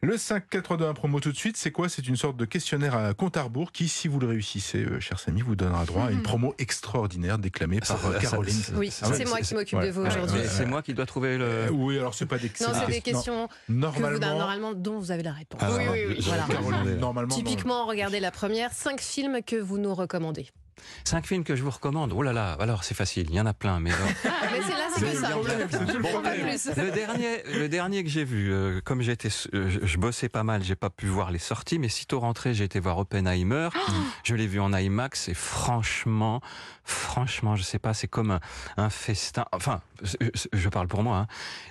Le 5421 promo tout de suite, c'est quoi C'est une sorte de questionnaire à compte à rebours qui, si vous le réussissez, euh, chers amis, vous donnera droit à Mhm. une promo extraordinaire déclamée Ça, par euh, ça, Caroline. ça, Oui, ça, c'est ça, moi ça, qui m'occupe ouais. de vous Ah, aujourd'hui. Mais c'est moi qui dois trouver Euh, le. oui, alors c'est pas des, Non, c'est des des questions non, que vous- normalement, normalement dont vous avez la réponse. Ah, Oui, oui, oui, je- voilà. Caroline, normalement, non. Typiquement, regardez la première, cinq films que vous nous recommandez. Cinq films que je vous recommande. Oh là là, alors c'est facile, il y en a plein, mais alors. Mais c'est là, c'est C'est que le ça. problème, c'est tout le Ah, Pas problème. plus. Le dernier, le dernier que j'ai vu, euh, comme j'étais, euh, je- je bossais pas mal, j'ai pas pu voir les sorties, mais sitôt rentré, j'ai été voir Oppenheimer. Ah je l'ai vu en IMAX et franchement, franchement, je sais pas, c'est comme un, un festin. Enfin, je, je parle pour moi. hein.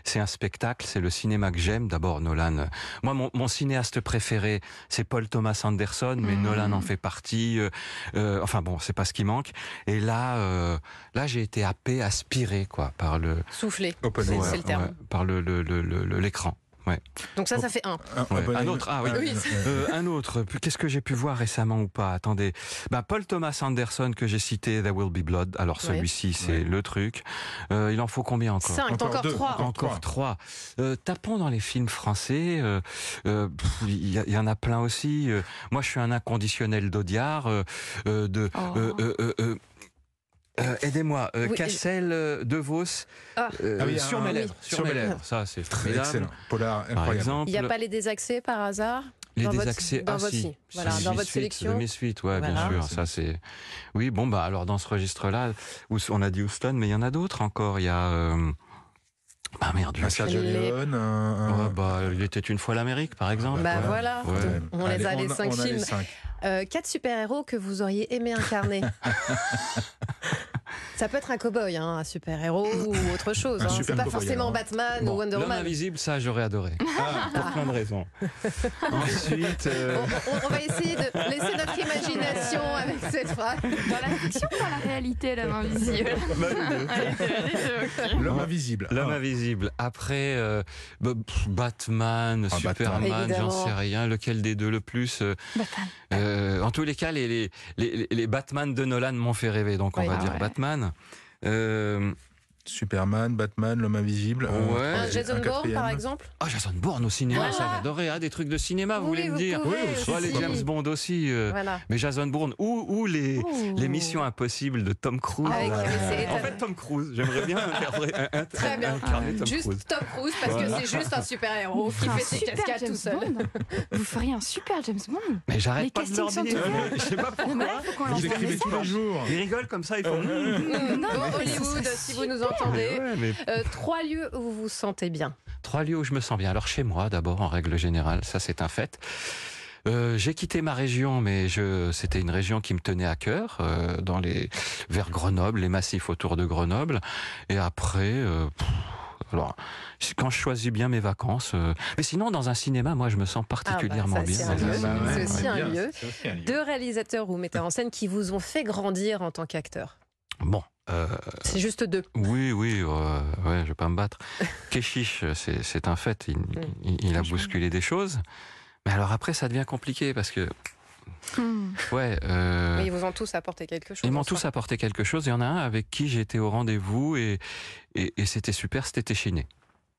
C'est un spectacle, c'est le cinéma que j'aime. D'abord Nolan. euh, Moi, mon, mon cinéaste préféré, c'est Paul Thomas Anderson, mais Mm. Nolan en fait partie. euh, euh, enfin bon, c'est pas ce qui manque. Et là, euh, là, j'ai été happé, aspiré quoi par le Souffler. Oppenheimer. C'est- c'est le terme. par le le- le- le- le- l'écran. Ouais. Donc ça, ça fait un. Un, Ouais. Oppenheimer. Un autre, ah oui. Oui. Euh, un autre, puis qu'est-ce que j'ai pu voir récemment ou pas Attendez. Bah, Paul Thomas Anderson que j'ai cité, There Will Be Blood. Alors Ouais. celui-ci, c'est le truc. Euh, il en faut combien encore Cinq, Encore encore deux. trois. Encore Encore trois. Euh, tapons dans les films français. euh, euh, pff, Il y, a- il y en a plein aussi. Euh, moi, je suis un inconditionnel d'Audiard. euh, euh, de, Oh. euh, euh, euh, euh, euh, Aidez-moi. euh, Oh. Oui, Cassel, euh, De Vos. Ah. euh, Ah oui, sur un- mes lèvres. oui. Sur, Sur mes mes lèvres. Ça, c'est Très formidable. excellent. Polar, Par incroyable. exemple. Il n'y a pas les désaxés par hasard Les Dans votre- désaxés, dans ah, votre- si. voilà, Si, dans mes votre suites, sélection. De mes suites, ouais, bien Voilà. sûr. Ça, c'est. Oui, bon, bah, alors, dans ce registre-là, où on a dit Houston, mais il y en a d'autres encore. Il y a. euh, Ah merde, je Un Sergio Les- Leone, un- Ah, un- bah, il était une fois l'Amérique, par exemple. Bah voilà, Ouais. Donc, on Allez, les a les cinq on a films. cinq. Euh, quatre super-héros que vous auriez aimé incarner. Ça peut être un cow-boy, hein, un super-héros ou autre chose. Un hein. C'est super pas cow-boy, forcément alors. Batman Bon, ou Wonder L'homme Woman. invisible, ça, j'aurais adoré. Ah, Pour plein de raisons. Ensuite. On, euh, on- on va essayer de laisser notre imagination avec cette phrase. Dans la fiction ou dans la Ah, réalité, l'homme invisible Les deux, les deux, ok. L'homme invisible. L'homme Ah. invisible. Après, euh, bah, pff, Batman, Ah, Superman, Batman. j'en sais rien. Lequel des deux le plus euh, Batman. euh, En tous les cas, les, les, les, les Batman de Nolan m'ont fait rêver, donc on Oui. va Ah dire ouais. Batman. Euh, Superman, Batman, l'homme invisible. Ouais. euh, Un Jason Bourne, quatrième. par exemple. Ah, Jason Bourne au cinéma, Voilà. ça j'adorais. Ah, des trucs de cinéma, vous Oui, voulez me vous dire pouvez Oui, aussi. oh, les James Bond aussi. euh, Voilà. Mais Jason Bourne, ou, ou les, les Missions Impossibles de Tom Cruise. Avec- là. Oh. Ah mais c'est en étonnant. fait, Tom Cruise, j'aimerais bien incarner- un- un- Très bien. Ah, incarner Tom Juste Cruise. Tom Cruise, parce Voilà. que c'est juste un super-héros Vous qui ferez un fait ses super cascades James tout seul. Bond. Vous feriez un super James Bond. Mais Les j'arrête pas de castings leur sont dire. ouverts. Je sais pas Non, mais pourquoi. là, faut Ah, qu'on Vous lance un écrivez message. tous les jours. Ils rigolent comme ça, ils font. Mmh. Bon, mais Hollywood, ça, si c'est vous nous Mais entendez. ouais, mais Euh, trois lieux où vous vous sentez bien. Trois lieux où je me sens bien. Alors chez moi d'abord en règle générale, ça c'est un fait. Euh, j'ai quitté ma région, mais je, c'était une région qui me tenait à cœur, euh, dans les vers Grenoble, les massifs autour de Grenoble. Et après, euh, pff, alors quand je choisis bien mes vacances. euh, mais sinon, dans un cinéma, moi, je me sens particulièrement Ah, bah, ça, bien. c'est un dans lieu. Ah bah ouais, C'est aussi ouais, un bien, lieu. c'est aussi un lieu. Deux réalisateurs ou metteurs en scène qui vous ont fait grandir en tant qu'acteur. Bon. euh, C'est juste deux. oui, oui, euh, ouais, je vais pas me battre. Keshish, c'est, c'est un fait. Mm. Il, il- il a bousculé des choses. Mais alors après, ça devient compliqué parce que Hmm. Ouais, euh, Mais ils vous ont tous apporté quelque chose. ils m'ont en soi. tous apporté quelque chose. Il y en a un avec qui j'étais au rendez-vous et, et, et c'était super, c'était Chiné.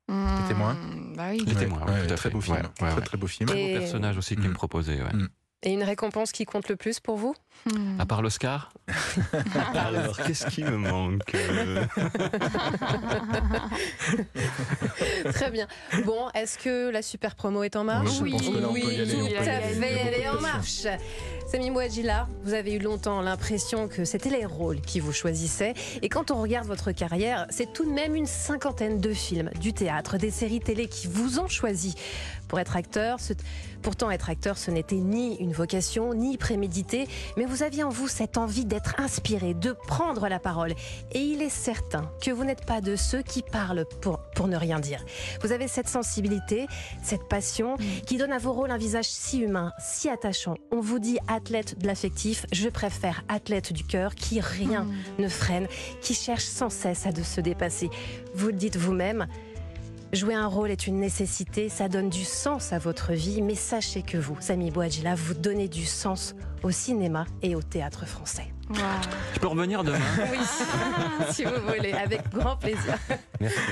Hmm. témoins Bah oui. Les témoins, ouais, tout à très fait. beau film. Ouais, ouais, très ouais. très beau film. Et- Beau personnage aussi qu'il Mm. me proposait. Ouais. Et une récompense qui compte le plus pour vous Hmm. À part l'Oscar Alors, qu'est-ce qui me manque euh Très bien. Bon, est-ce que la super promo est en marche Oui, je pense que là, on peut y aller, on tout peut y à aller. fait, Il y a elle est en beaucoup de marche. Samy Mouadjila, vous avez eu longtemps l'impression que c'était les rôles qui vous choisissaient. Et quand on regarde votre carrière, c'est tout de même une cinquantaine de films, du théâtre, des séries télé qui vous ont choisi pour être acteur. Ce- Pourtant, être acteur, ce n'était ni une vocation, ni prémédité. Mais vous aviez en vous cette envie d'être inspiré, de prendre la parole. Et il est certain que vous n'êtes pas de ceux qui parlent pour, pour ne rien dire. Vous avez cette sensibilité, cette passion qui donne à vos rôles un visage si humain, si attachant. On vous dit athlète de l'affectif, je préfère athlète du cœur qui rien ne freine, qui cherche sans cesse à de se dépasser. Vous le dites vous-même. Jouer un rôle est une nécessité, ça donne du sens à votre vie, mais sachez que vous, Samy Bouadjila, vous donnez du sens au cinéma et au théâtre français. Waouh. Je peux revenir demain Ah, Oui, si vous voulez, avec grand plaisir. Merci.